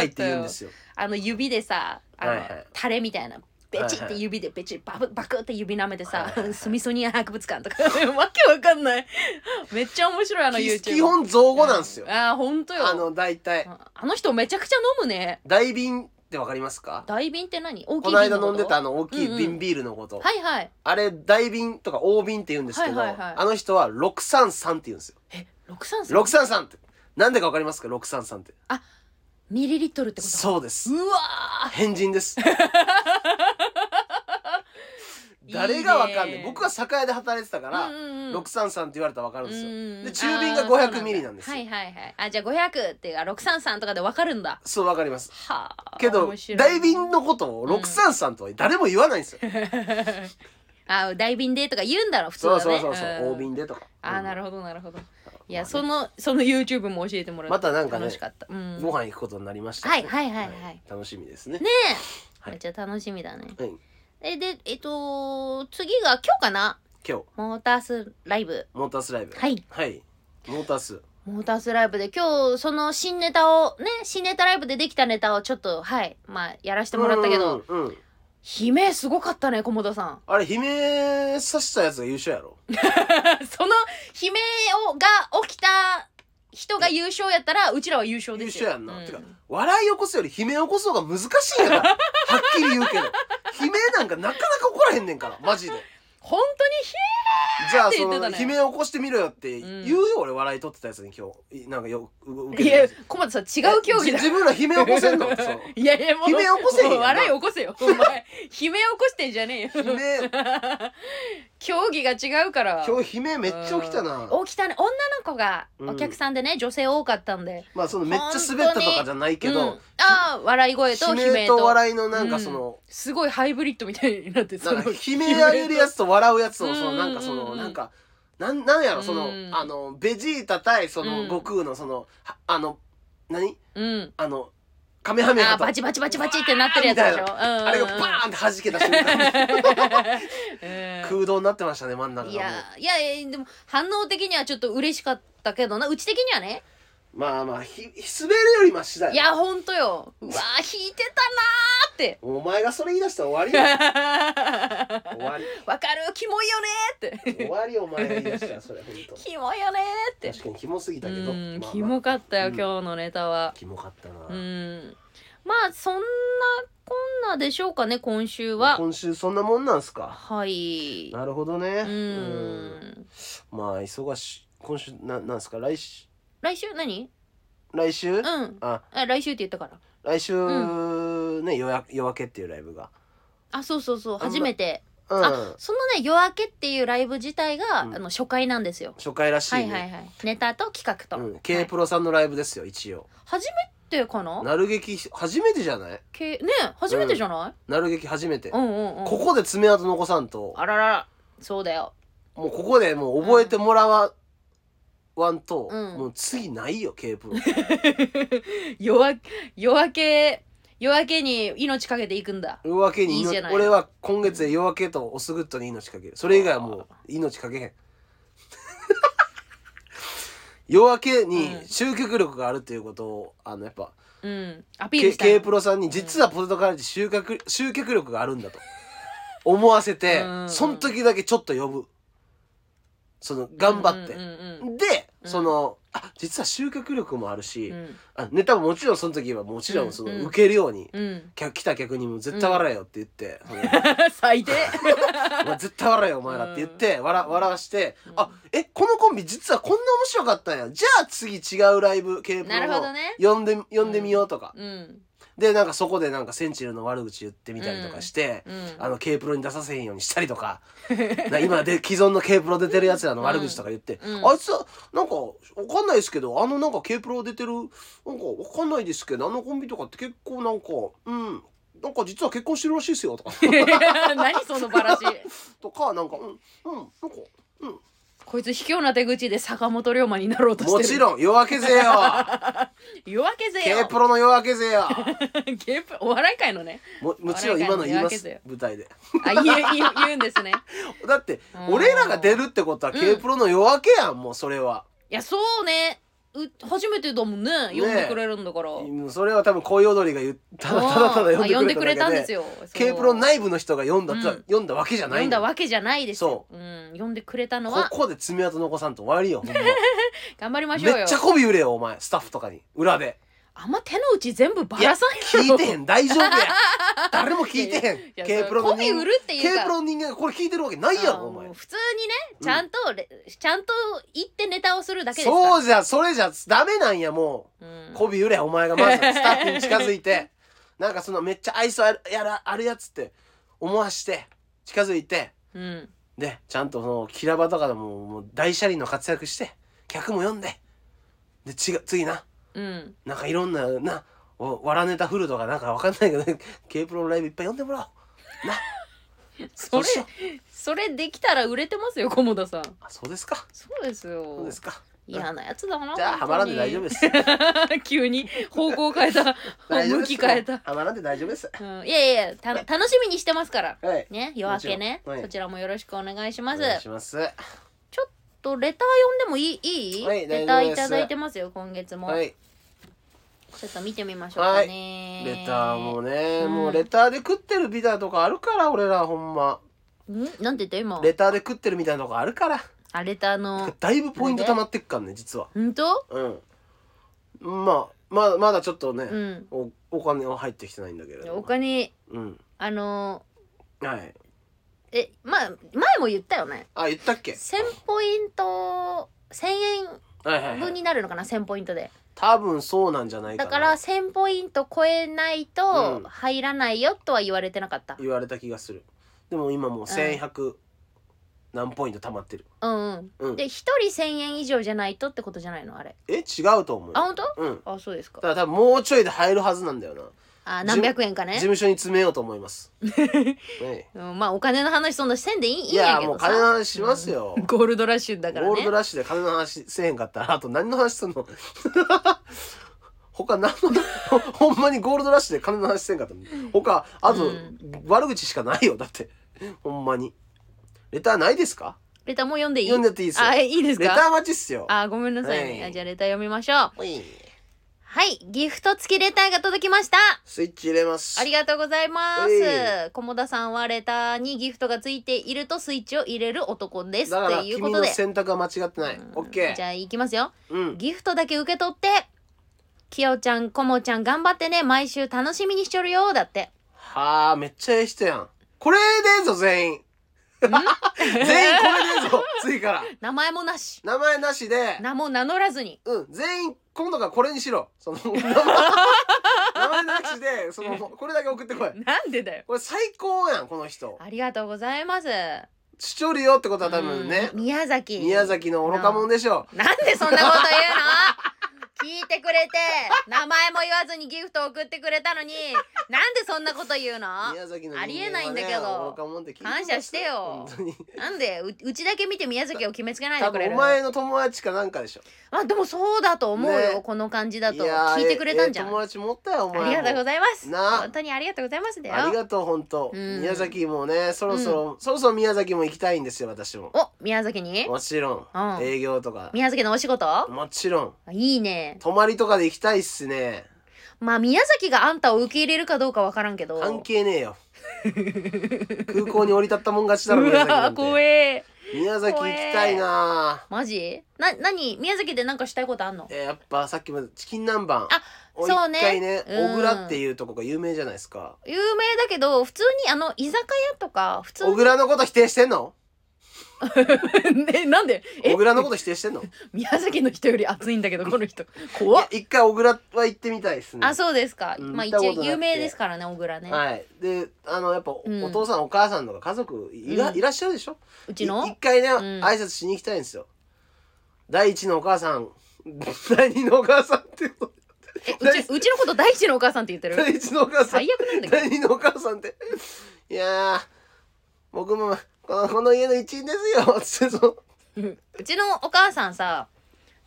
て言うんですよあの指でさあの、はいはいタレみたいなベチっはいはてい指でベチバブバクって指舐めてさ、はいはいはいスミソニアン博物館とか <laughs> わけわかんないめっちゃ面白いあの YouTube き基本造語なんですよああ本当よああのの大体あの人めちゃくちゃ飲むね大瓶ってわかりますか大瓶って何大きこい瓶ののこと間飲んでたあの大きいうんうん瓶ビールのことはいはいあれ大瓶とか大瓶って言うんですけど、はいはいはいあの人は633って言うんですよえ六三三633ってなんでかわかりますか633ってミリリットルってことそうですうわー変人です <laughs> いいね誰がわかんない僕は酒屋で働いてたから、うんうんうん633って言われたらわかるんですよ、うんうんで中瓶あがーそうだ500ミリなんですよはいはいはいあじゃあ500っていうか633とかでわかるんだそうわかりますはあけど面白い大瓶のことを633とは誰も言わないん <laughs> ですよ、あ大瓶でとか言うんだろ普通そはうねそうそうそう、ん大瓶でとかあーなるるほどなるほどいやそのその YouTube も教えてもらってまたなんかね楽しかったうんご飯行くことになりました、はいはいはいはい楽しみですねねえはいめっちゃ楽しみだねはいえでえっと次が今日かな今日モータースライブモータースライブはいはいモータースモータースライブで今日その新ネタをね新ネタライブでできたネタをちょっとはいまあやらせてもらったけどうん、うん悲鳴すごかったね菰田さん <laughs> あれ悲鳴さしたやつが優勝やろその悲鳴をが起きた人が優勝やったらうちらは優勝優です勝よやんな、うてか笑い起こすより悲鳴起こす方が難しい <laughs> んやからはっきり言うけど悲鳴なんかなかなか起こらへんねんからマジで本当にじゃあって言そってのた悲ね鳴起こしてみろよって言うよ、俺笑い取ってたやつに今日いなんかようう受いけやて、小松さん、違う競技だえじ。自分ら悲鳴起こせ <laughs> んのそういやいや、もう。悲鳴起こせへんもやんなう笑い起こせよ。お前、悲鳴起こしてんじゃねえ悲よ。鳴競技が違うから。今日悲鳴めっちゃ起きたな起きたね。女の子が、うんお客さんでね、女性多かったんで。まあそのめっちゃ滑ったとかじゃないけうどん、ああ、笑い声と悲悲鳴鳴と。と笑いのなんかその、すごいハイブリッドみたいになって、そなんのか悲鳴上げるやつと笑うやつうをんそのなんかそうんうのんなんかなんなんやろそうのんあのベジータ対そうのん悟空のそのはあの何うん。あのカメハメあハあ、とバチバチバチバチってなってるやつでしょ。みああれがバーンって弾けた瞬間 <laughs> 空洞になってましたね真ん中がもういや、いやいや、でも反応的にはちょっと嬉しかったけどな、うち的にはね。まあまあひ滑るよりマシだいよや、ほんとよ。うわー、弾いてお前がそれ言い出したら終たわなーっり <laughs> て。よ終わりわかるキモいよねーって。終わりよお前が言い出したらそれ本 <laughs> 当キモいよねーって確。かにキモすぎたけどうん、まあキまあモかったよ、うん今日のネタは。キモかったなうん。まあ、そんな、こんなでしょうかね、今週は。今週そんなもんなんすかはい。なるほどねううんん。まあ忙しい今週ななんですか来週来週何来週、うん。ああ、来週って言ったから。来週、うね夜明夜明けっていうライブが、あ、そうそうそう、あんま初めて。うあん、そのね、夜明けっていうライブ自体が、うんあの、初回なんですよ。初回らしいはね、いはいはい。ネタと企画と。うん、K プロさんのライブですよ一応初めてかななる劇初めてじゃないけね初めてじゃない、なる劇初めて、うん、うんうんここで爪痕残さんとあらららそうだよ <laughs> もうここでもう覚えてもらわわんと、うんもう次ないよケープ夜明夜明け夜明けに命かけていくんだ夜明けに <laughs> いい命じゃない俺は今月で夜明けとおすぐっとに命かけるそれ以外はもう命か <laughs> けへん夜明けにうん集客力があるっていうことをあのやっぱうんアピールけしたい K プロさんに実はポテトカレッジ集客集客力があるんだと思わせてうんその時だけちょっと呼ぶその頑張ってうんうんうんでうんそのあ実は集客力もあるし、うんあネタももちろんその時はもちろんそうんうのん受けるように、うん客来た客にも絶対笑えよって言って、その <laughs> 最 <laughs> 低お前絶対笑えよお前らって言って笑笑わして、うんあえこのコンビ実はこんな面白かったんやじゃあ次違うライブ k p な r る o ほのどね呼んで呼んでみようとか、うんでなんかそこでなんかセンチルの悪口言ってみたりとかして、うんあの K プロに出させへんようにしたりとかな今で既存の K プロ出てるやつらの悪口とか言って、うんうんあいつはなんかわかんないですけどあのなんか K プロ出てるなんかわかんないですけどあのコンビとかって結構なんかうんなんか実は結婚してるらしいで <laughs> すよとか <laughs> 何そのバ <laughs> ラシとかなんかうんうんなんかこいつ卑怯な手口で坂本龍馬になろうとしてもるちろん夜明けぜよ夜明けぜ K よプロの夜明けぜよゲープ <laughs> お笑い界のねももちろん今の言いま夜明けすぜよ舞台であ言う言う言うんですねだってうん俺らが出るってことはうん K プロの夜明けやんもうそれは。いやそうねう初めてだもんね呼んでくれるんだから、もうそれは多分恋踊りが言ったただただあ呼呼んんででくくれれたただんけでですよ K プロい内部の人が読んだ、うん読んだわけじゃな呼いんんだだわけじゃないですよ、そうん、呼んでくれたのこはこで爪痕残さんと終わりよほんま頑張りましょうめよっちゃ媚び売れよお前スタッフとかに裏であんま手の内全部ばらさんや聞ろいてへん大丈夫 <laughs> や誰も聞いていへんや K プロの媚人び売るっていう K かプロの人間がこれ聞いてるわけないやろお前あ普通にねちゃんとレ、ちゃんと言ってネタをするだけですからそうじゃそれじゃダメなんやもう、うん媚び売れお前がまずスタッフに近づい <laughs> てなんかそのめっちゃ愛想あるやらあるやつって思わして近づいてうん、でちゃんとそのキラバとかでももう大車輪の活躍して客も読んでで違う次なうん、なんかいろんななおわらネタフルとかなんかわかんないけど <laughs> K プロのライブいっぱい読んでもらおうなそれうしよそれできたら売れてますよ菰田さんうあそうですかそうですよそうですか嫌なやつだなじゃあハマらんで大丈夫夫です <laughs> 急に方向変えた <laughs> 大丈向夫できす変えた、ハマらんで大丈夫ですうん、いやいやいやた楽しみにしてますからはいね夜明けね、もちろんはいそちらもよろしくお願いしまおす願いしますはちょっとレター読んでもいいいい、はいレター大丈夫でいすただいてますよ今月も、いちょっと見てみましょうかね、レターもね、うんもうレターで食ってるみたいなとこあるから俺らほんまんなんて言った今レターで食ってるみたいなとこあるからあレター <laughs> のだいぶポイント溜まってっからね実は本当うんまあまだまだちょっとね、うんおお金は入ってきてないんだけれどお金うんあのはいえまあ前も言ったよねあ言ったっけ1000ポイント1000はいは円い、は分い、になるのかな1000ポイントで多分そうなんじゃないかだなから1000ポイント超えないとうん入らないよとは言われてなかった言われた気がするでも今もう1100、何ポイント溜まってるうんううんんで1人1000円以上じゃないとってことじゃないのあれえ違うと思うあ本当うんあそうですかだから多分もうちょいで入るはずなんだよなあ何百円か事ね、務所に詰めようと思 <laughs> います、ねうん、まあお金の話そんなせんでいいいいいんややけもどうさ金の話しますよ、ゴールドラッシュだからゴールドねラッシュで金の話せえへんかったらあと何の話すんの <laughs> 他何のほ <laughs> ほんまにゴールドラッシュで金の話せんかったの他あと、うん悪口しかないよだってほんまにレターないですかレターもう読んでいい読んでっていいですよあえいいですレタかー待ちっすよあごめんなさいね、はいあじゃあレター読みましょうほいはいギフト付きレターが届きましたスイッチ入れますありがとうございまはす菰田さんはレターにギフトがついているとスイッチを入れる男ですだっからていう君ことので選択は間違ってないうんオッケじーゃあいきますようんギフトだけ受け取ってきよちゃんこもちゃん頑張ってね毎週楽しみにしちょるよだってはあめっちゃええ人やんこれでえぞ全員 <laughs> 全員これでえぞ次から名前もなし名前なしで名も名乗らずにうん、全員今度からこれにしろ。そ <laughs> の名前なしで、そのこれだけ送ってこい。なんでだよこれ最高やんこの人。ありがとうございます視聴率よってことは多分ねう、ん宮崎宮崎の愚か者でしょなんでそんなこと言うの <laughs> 聞いてくれて、名前も言わずにギフト送ってくれたのに、なんでそんなこと言うの宮崎の人間はねありえないんだけど愚か者って聞いてます感謝してよ本当になんでううちだけ見て宮崎を決めつけないで多くれ分るお前の友達かなんかでしょあ、でもそうだと思うよ、ねこの感じだと。ー聞いてくれたんじゃん。ええ友達持ったよお前もありがとうございます。なあ本当にありがとうございますだよ。ありがとう本当、うん宮崎もねそろそろ、そろそろ宮崎も行きたいんですよ私もお、宮崎にもちろん、うん営業とか宮崎のお仕事もちろんいいね。泊まりとかで行きたいっすねまあ、宮崎があんたを受け入れるかどうかわからんけど。関係ねえよ空港に降り立ったもん勝ちだろう宮崎なわ、んて怖え。宮崎行きたいなマジな、なに宮崎でなんかしたいことあんのえーやっぱさっきもチキン南蛮あをそうね一回ねうん小倉っていうとこが有名じゃないですか有名だけど、普通にあの、居酒屋とか、普通小に。倉のこと否定してんの <laughs> え、なんで小倉のこと否定してんの宮崎の人より熱いんだけど、この人。い怖や一回小倉は行ってみたいですねあ、そうですか。うんまあ行っ一たことなく応て有名ですからね、小倉ね。はいであのやっぱお,、うん父さんお母さんとか家族いら,、うんいらっしゃるでしょうちい一の回ね、ん挨拶しに行きたいんですよ第一のお母さん <laughs> 第二のお母さんってことえうち、うちのこと大地のお母さんって言ってる。第一のお母さん最悪なんだけど。第二のお母さんっていやー僕もこのこの家の一員ですよつってそうちのお母さんさ、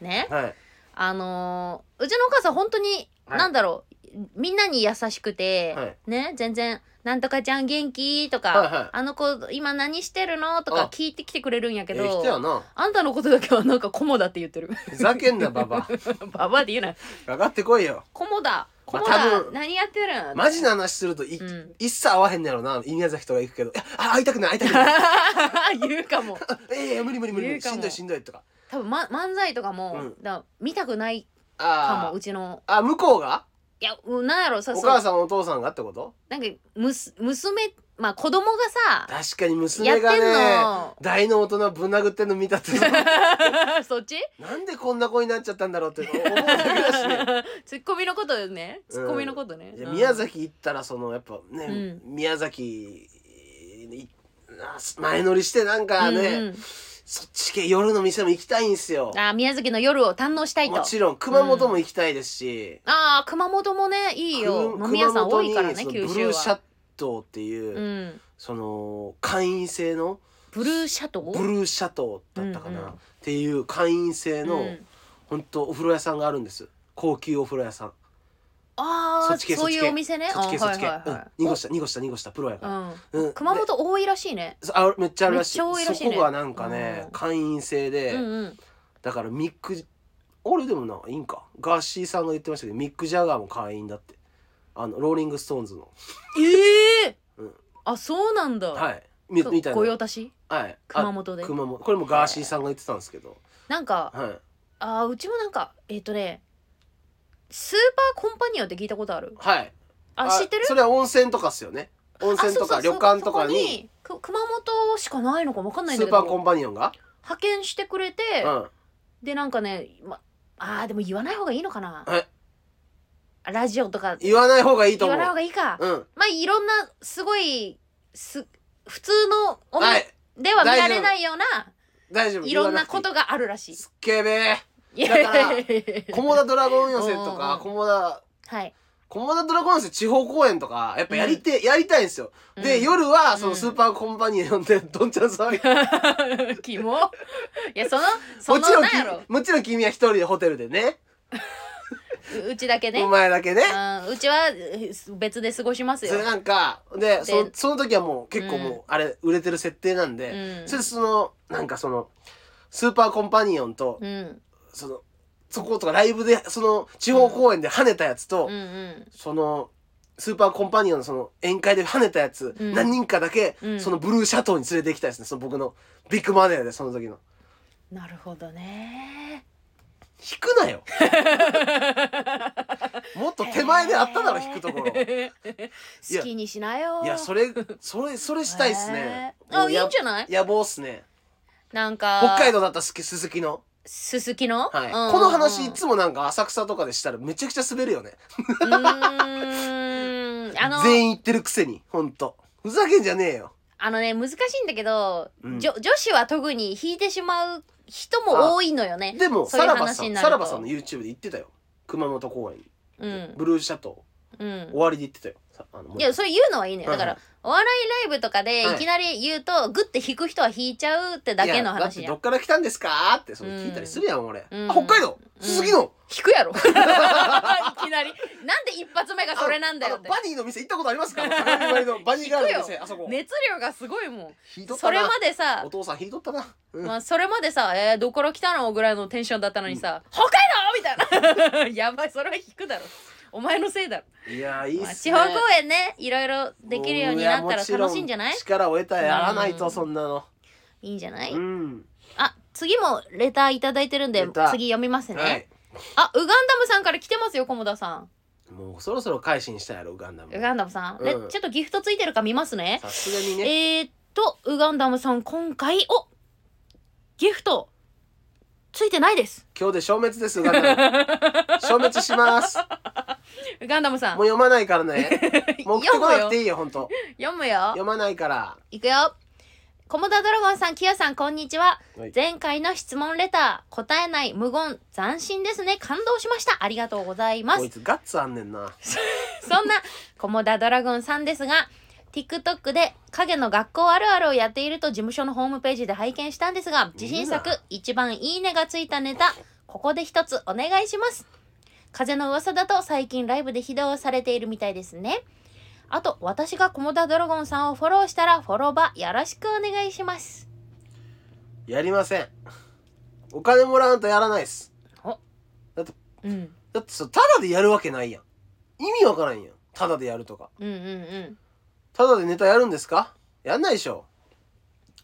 ねう、はいあのーうちのお母さん本当に、はいなんだろう、みんなに優しくて、はいね、全然、なんとかちゃん元気とか、はいはいあの子今何してるのとあか聞いてきてくれるんやけえー来たよど、なあんたのことだけはなんかコモだって言ってる。ふざけんなババ <laughs> ババアって言うな。かかってこいよコモだ。コモまあ多だ分。何やってるんマジな話するとい、うん <laughs> 一切合わへんねやろな宮崎とか行くけどいやあ会いたくない会いた <laughs> くない言うかも。ええ無理無理無理無言理うかしもんどいしんどいとか多分、ま、漫才とかも、うんだから見たくないかあもうちのああ向こうがいやうなんやろさおそ母うさんお父さんがってことなんかむす娘まあ子供が確かにさやっ娘がてんねの、大の大人ぶん殴ってんの見たってさ <laughs> そっちなんでこんな子になっちゃったんだろうって思うだけだしねツッコミのことねツッコミのことね、いやうん宮崎行ったらそのやっぱね、うん宮崎いあ前乗りしてなんかね、うんうんそっち系夜の店も行きたいんすよあー宮崎の夜を堪能したいともちろん熊本も行きたいですし、あー熊本もねいいよく飲み屋さん多いからね熊本に九州そのブルーシャはットっていう、うんその会員制のブルーシャトブルーシャトーだったかな、うんうんっていう会員制の、うんほんとお風呂屋さんがあるんです高級お風呂屋さんあそあっち系そういそっちう系お店ねそっち系あそーっち系、はいはいはいうん、濁した濁した濁したプロやから、うんうん熊で本多いらしいねそあめっちゃあるらしいめっちゃ多いらしいねそこがなんかね、うん会員制で、うんうんだからミック俺でもないいんかガッシーさんが言ってましたけどミック・ジャガーも会員だってあのローリング・ストーンズのええうんあそうなんだ、はいみごみたいな御用達はいあ熊本で熊本これもガーシーさんが言ってたんですけど、なんかはいあーうちもなんかえっ、とねスーパーコンパニオンって聞いたことあるはいあ知ってるそれは温泉とかっすよね温泉とかあそうそう旅館とかそこにく熊本しかないのか分かんないんスだーけパどーコンパニオンが、派遣してくれて、うん、でなんかね、ま、あーでも言わない方がいいのかなえラジオとか言わない方がいいと言思わうない方がいいか、うんまあいろんなすごいす普通のおはい店では見ら大丈れ夫ないような大丈夫いろんなこ言わくていとがあるらしいい。すっげえべいや <laughs> だからいやいやいやコモダドラゴン寄せとかうんコモダはい。コモダドラゴン寄せ地方公演とかやっぱやりて、やりたいんですよで、うん、夜はそうのんスーパーコンパニオンでどんちゃん騒 <laughs> ぎキモ。いや、その、そもちろの、んなんきやろ。もちろん君は一人でホテルでねううちだけね。おうん前だけねうちはえ別で過ごしますそよれ。なんかでそその時はもう結構もう、うんあれ売れてる設定なんで、うんそれでそのなんかそのスーパーコンパニオンと、うん。そのそことかライブでその地方公演で跳ねたやつと、うんうん。そのスーパーコンパニオンのその宴会で跳ねたやつ、うん何人かだけ、うんそのブルーシャトーに連れて行きたいですねその僕のビッグマネーでその時のなるほどね。引く <laughs> なよもっと手前であっただろへー引くところ <laughs> 好きにしなよ。いやそれそれそれしたいっすねへーもあ、ういやいんじゃない野望っすねなんか、北海道だったらすきすすきの、すすきの、はいうんこの話いつもなんか浅草とかでしたらめちゃくちゃ滑るよねうーん。あの、全員行ってるくせにほんとふざけんじゃねえよあのね、難しいんだけど、うん女女子は特に引いてしまう人も多いのよね。でもそういさうらば話さにんなさるらとばさんの YouTube で言ってたよ熊本公園、うんブルーシャトうーん終わりで言ってたよさあのもういやそれ言うのはいいねだから、はいお笑いライブとかではいいきなり言うとグッて引く人は引いちゃうってだけのいやだって話じゃどんっから来たんですかってそれ聞いたりするやん、俺、うんあ北海道うん鈴木の、引くやろ <laughs> いきなりなんで一発目がそれなんだよあっのてバニーの店行ったことあ <laughs> りますか鏡張りのバニーガールの店あそこ、熱量がすごいもひどんったなそれまでさお父さん引いとったな、うんまあ、それまでさ、えー、どこから来たのぐらいのテンションだったのにさ、北海道みたいな。 <laughs> やばい、それは引くだろ。お前のせいだろ。いやいいっまあ、す地ね方公演ね、いろいろできるようになったら楽しいんじゃなういやもちろ力を得たらやらないと、うんそんなのいいんじゃない、うんあ、次もレターいただいてるんでレター、次読みますね、はいあ、ウガンダムさんから来てますよ、菰田さん。もうそろそろ改心したやろウガンダムウガンダムさん。うんでちょっとギフトついてるか見ますね。さすがにねえー、っと、ウガンダムさん、今回、おギフト、ついてないです。今日で消滅ですウガンダ <laughs> ム消滅しますウガンダムさんもう。読まないからね <laughs> もう送ってこなくていいよ本当読むよ。読まないからいくよ。コモダドラゴンさん、キヨさん、こんにちは。はい前回の質問レター、答えない、無言、斬新ですね。感動しました。ありがとうございまこいす。つガッツあんねんなそんな、コモダドラゴンさんですが、TikTok で影の学校あるあるをやっていると事務所のホームページで拝見したんですが、自信うわ作、一番いいねがついたネタ、ここで一つお願いします。風の噂だと最近ライブで披露されているみたいですね。あと、私がコモダドラゴンさんをフォローしたら、フォローバよろしくお願いします。やりませんお金もらわんとやらないっすうん。だってそうただでやるわけないやん意味わからんやんただでやるとかうんうんうん。ただでネタやるんですかやんないでしょ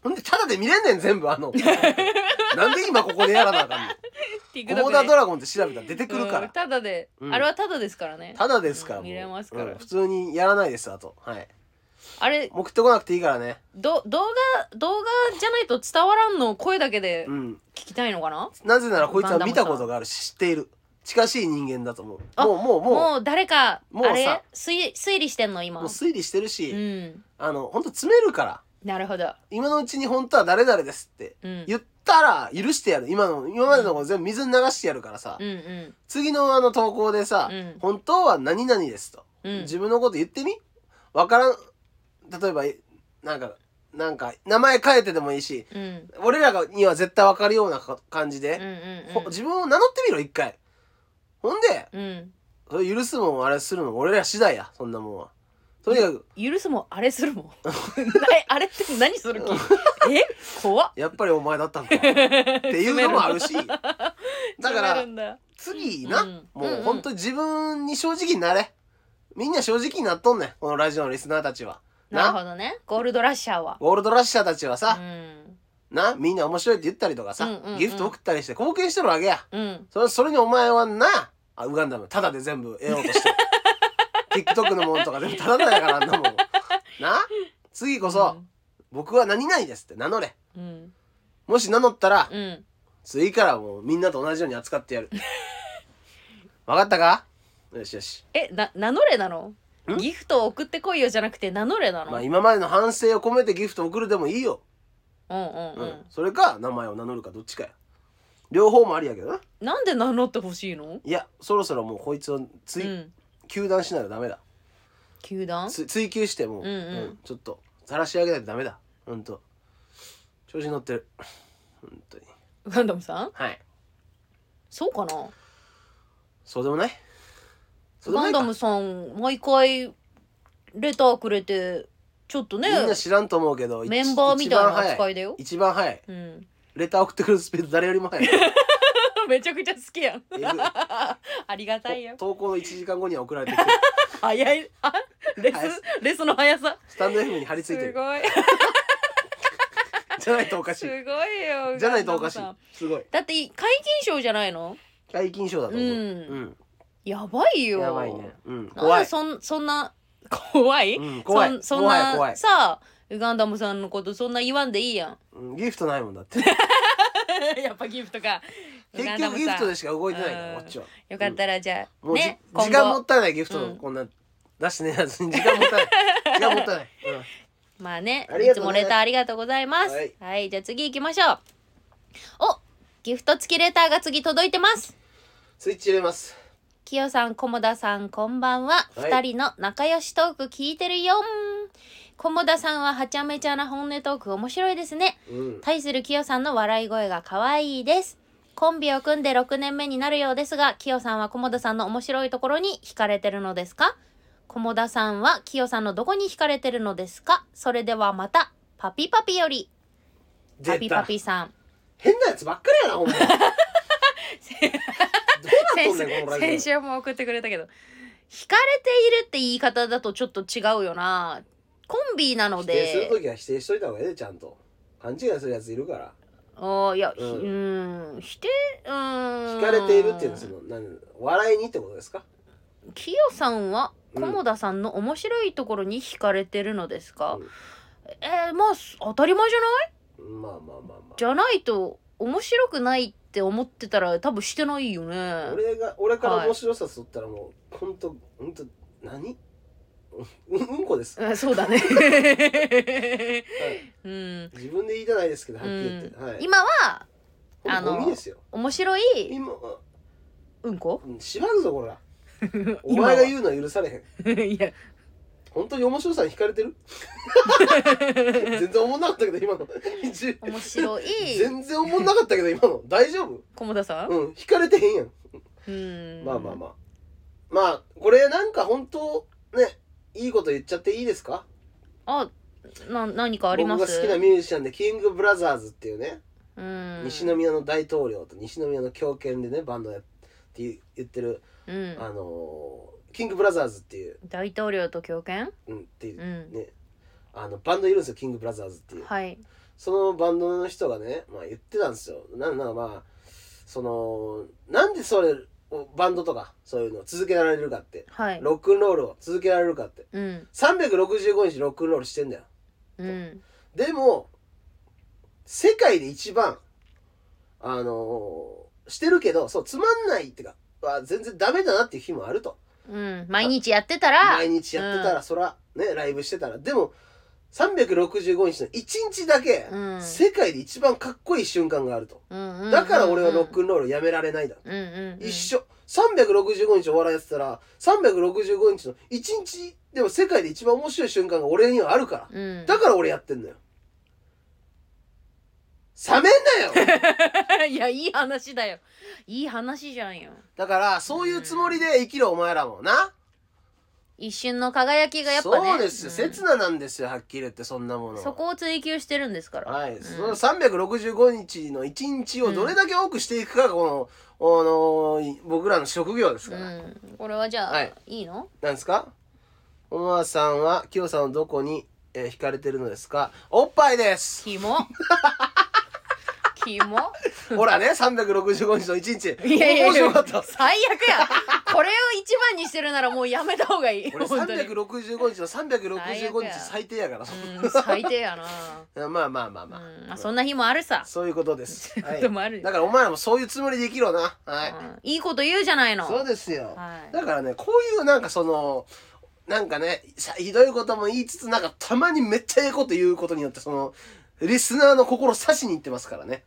ほんでただで見れんねん全部 <laughs> あのなんで今ここでやらなあかんの TikTok コモダドラゴンって調べたら出てくるから、ただで、うんあれはただですからね。ただですからもう見れますからうん普通にやらないですあとはいあれ、送ってこなくていいからねど、動画、動画じゃないと伝わらんのを声だけでうん聞きたいのかな、なぜならこいつは見たことがあるし知っている近しい人間だと思うあもうもうもうももう誰か、もうさあれ推推理してんのう今。推理してるし、うん。あの本当詰めるからなるほど。今のうちに本当は誰々ですってうん。言ったら許してやる今の今までのこと全部水に流してやるからさ、うんうん。次のあの投稿でさ、うん本当は何々ですと、うん自分のこと言ってみわからん例えばなんかなんか名前変えてでもいいしうん。うん俺らがには絶対わかるようなか感じうんで、ほう自分を名乗ってみろ一回ほんでん。うん。それ許すもんあれするの俺ら次第やそんなもんはとにかく許すもん、あれす <laughs> るもん。えあれって何する気え怖っ。やっぱりお前 <laughs> だったんかっていうのもあるしだから詰めるんだ次な、うんもんううん本当自分に正直になれみんな正直になっとんねんこのラジオのリスナーたちはなるほどね。ゴールドラッシャーは。ゴールドラッシャーたちはうさ、ん。なみんな面白いって言ったりとかさ、うんうんうんギフト送ったりして貢献してるわけやうん。それそれにお前はなあウガンダムタダで全部得よう <laughs> として TikTok のもんとか全部タダだやからあんなもんな次こそ、僕は何々ですって名乗れうん。うん。もし名乗ったら、うん。次からもうみんなと同じように扱ってやる <laughs> わかったかよしよしえな名乗れなのんギフトを送ってこいよじゃなくて名乗れなの、まあ今までの反省を込めてギフト送るでもいいよ、うんううんんうん、それか名前を名乗るかどっちかや両方もありやけどななんで名乗ってほしいの、いやそろそろもうこいつをう追、ん、糾弾しないとダメだ球団つ追求してもう、うんうんちょっと晒し上げないとダメだほんと調子に乗ってるほんとにガンダムさんはいそうかなそうでもないそうでガもなンいかダムさん毎回レターくれてちょっとねみんな知らんと思うけどメンバーみたいな扱いいだよ、一番早い <laughs> うん、レター送ってくるスピード誰よりも早いえめちゃくちゃ好きやん <laughs> ぐありがたいいよ投稿の1時間後には送られてくる早い <laughs> あレス早いレスの速さスタンド F に貼り付すいてるごいじゃないとおかしすいごいよじゃないとおかしいガンダムさんすごいだって解禁賞じゃないの解禁症だと思う、うんうんやばいよやばいね、うん、な怖んいでそんそんな怖い、うん怖いそんそんな怖い怖いさウガンダムさんのことそんな言わんでいいやん <laughs> うんギフトないもんだってやっぱギフトかウガ結ンダム局ギさんフトでしか動いてないからうんこっちはよかったらじゃあ、もうじ、ね時間も今っ後たいないギフトうのんこんな出してねえやつに時間もったいない時間もったいない、うんまあねありいがつとうもねレターありがとうございますははいい、じゃあ次行きましょうおギフト付きレターが次届いてますスイッチ入れますきよさん、こもださん、こんばんは。はい二人の仲良しトーク聞いてるよん。こもださんははちゃめちゃな本音トーク面白いですね。 <laughs> うん。対するきよさんの笑い声が可愛いです。コンビを組んで6年目になるようですが、きよさんはこもださんの面白いところに惹かれてるのですかこもださんはきよさんのどこに惹かれてるのですかそれではまた、パピパピより、パピ絶パ対。ピさん。変なやつばっかりやな、 <laughs> ほんま。どうなっとんねん、このラ先ジ週オ。も送ってくれたけど惹かれているって言い方だとちょっと違うよなコンビなの否定するでときは否定しといた方がいいで、ちゃんと。勘違いするやついるから。おーいや、ひううんーん否定うーん惹かれているっていうのは、その、何笑いにってことですかきよさんはうん菰田さんの面白いところに惹かれてるのですか、うんえー、まあす当たり前じゃないまあまあまあまじゃないと面白くないって思ってたら多分してないよねあ。俺が、俺から面白さ取ったらもう、ほんと、ほんと、何うんうんこです。うはんそうだね <laughs> いうん自分で言いたないですけど、はっきり言って。はい。今はこれあのゴミですよ。面白い今、うんこうん縛るぞ、これら。お今は前が言うのは許されへん。いや、本当に面白さに惹かれ <laughs> てる全然思んなかったけど今の一面白い。全然思んなかったけど今の大丈夫菰田さん。うん惹かれてへんやん、うん。まあまあまあまあこれなんか本当ねいいこと言っちゃっていいですかあ。な、何かあります。僕が好きなミュージシャンでキングブラザーズっていうね、うん。西。宮の大統領と西宮の狂犬でねバンドやって言ってる、うん。あのーキングブラザーズっていう、大統領と狂犬。うん、っていうう、ん。ねあのバンドいるんですよキングブラザーズっていう、はい。そのバンドの人がね、まあ、言ってたんですよ。なんなんかまあそのなんでそれをバンドとかそういうのを続けられるかってはい。ロックンロールを続けられるかってうん。 365日ロックンロールしてんだよ。うん。でも世界で一番あのしてるけどそうつまんないってかは全然ダメだなっていう日もあると。うん。毎日やってたら。毎日やってたら、うんそらねライブしてたらでも365日の1日だけ、うん世界で一番かっこいい瞬間があると。うんうん。だから俺はロックン。ンロールやめられないだ。うんうん。一。緒。365日お笑いやってたら、365日の1日でも世界で一番面白い瞬間が俺にはあるから。うん。だから俺やってんのよ。冷め <laughs> んなよら。いや、いい話だよ。いい話じゃんよ。だから、そういうつもりで生きるお前らもな。一瞬の輝きがやっぱね。そうですよ。刹ん那なんですよ、はっきり言って、そんなものは。そこを追求してるんですから。はい、うんその365日の1日をどれだけ多くしていくかがこの、あの僕らの職業ですうから、ん。これはじゃはあい、いいの。なんですかおまわさんはきよさんのどこに、えー惹かれてるのですかおっぱい <laughs> ですキ <laughs> モ。キモ。ほらね365日の1日いやいやい面や白かった最悪やこれを一番にしてるならもうやめた方がいい俺本当にう365日の365最悪日や最低やから、ん最低やな、まあまあまあまあ、うんまあ、そんな日もあるさ、そういうこ <laughs> とです、そうはいうい、こともあるだからお前らもそういうつもりで生きろなはい、うんいいこと言うじゃないのそうですよ、はいだからねこういうなんかそのなんかねさひどいことも言いつつなんかたまにめっちゃええこと言うことによってそのリスナーの心を刺しに行ってますからね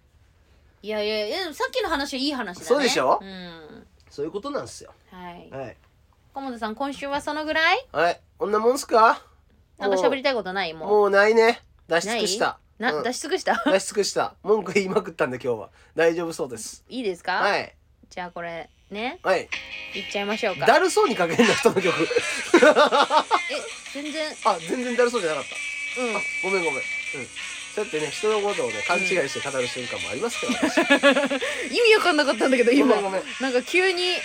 いやいやいやでもさっきの話はいい話だねそうでしょうんそういうことなんですよはいはい、菰田さん今週はそのぐらいはい、こんなもんすかなんか喋りりたいことないもうもうもうないね出し尽くしたな、うん出し尽くした <laughs> <laughs> 出し尽くした文句言いまくったんで今日は大丈夫そうですいいですか、はいじゃあこれねはいいっちゃいましょうかだるそうにかけんな人の曲え全然あ全然だるそうじゃなかったうんあごめんごめんうんそうやってね人のことをね勘違いして語る瞬間もありますから、ね意味わかんなかったんだけど <laughs> 今ごめんごめんなんか急に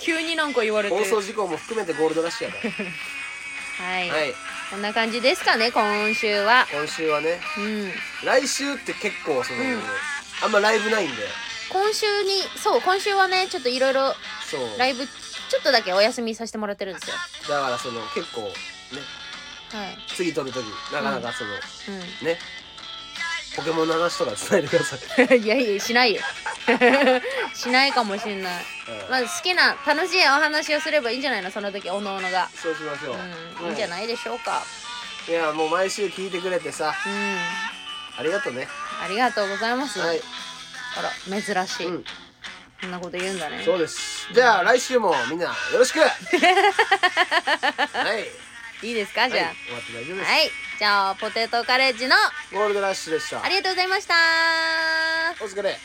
急になんか言われて放送事項も含めてゴールドラッシュやから <laughs> はい、はいこんな感じですかね今週は今週はねうん来週って結構その、うんあんまライブないんで今週にそう今週はねちょっといろいろそうラだイブちょっとだけお休みさせてもらってるんですよからその結構ねはい次撮る時なかなかその、うねポケモンの話とか伝えてください、ん <laughs> いやいやしないよしないかもしんないうんまあ好きな楽しいお話をすればいいんじゃないのその時おのおのがそうしましょう、うんいいんじゃないでしょうかいやもう毎週聞いてくれてさうんありがとうねありがとうございます、はい、あら珍しい、うんそんなこと言うんだねそうですじゃあ来週もみんなよ <laughs> ろしくはいいいですかはいじ終わゃって大あ丈夫です、はいじゃあポテトカレッジのゴールドラッシュでしたありがとうございましたお疲れ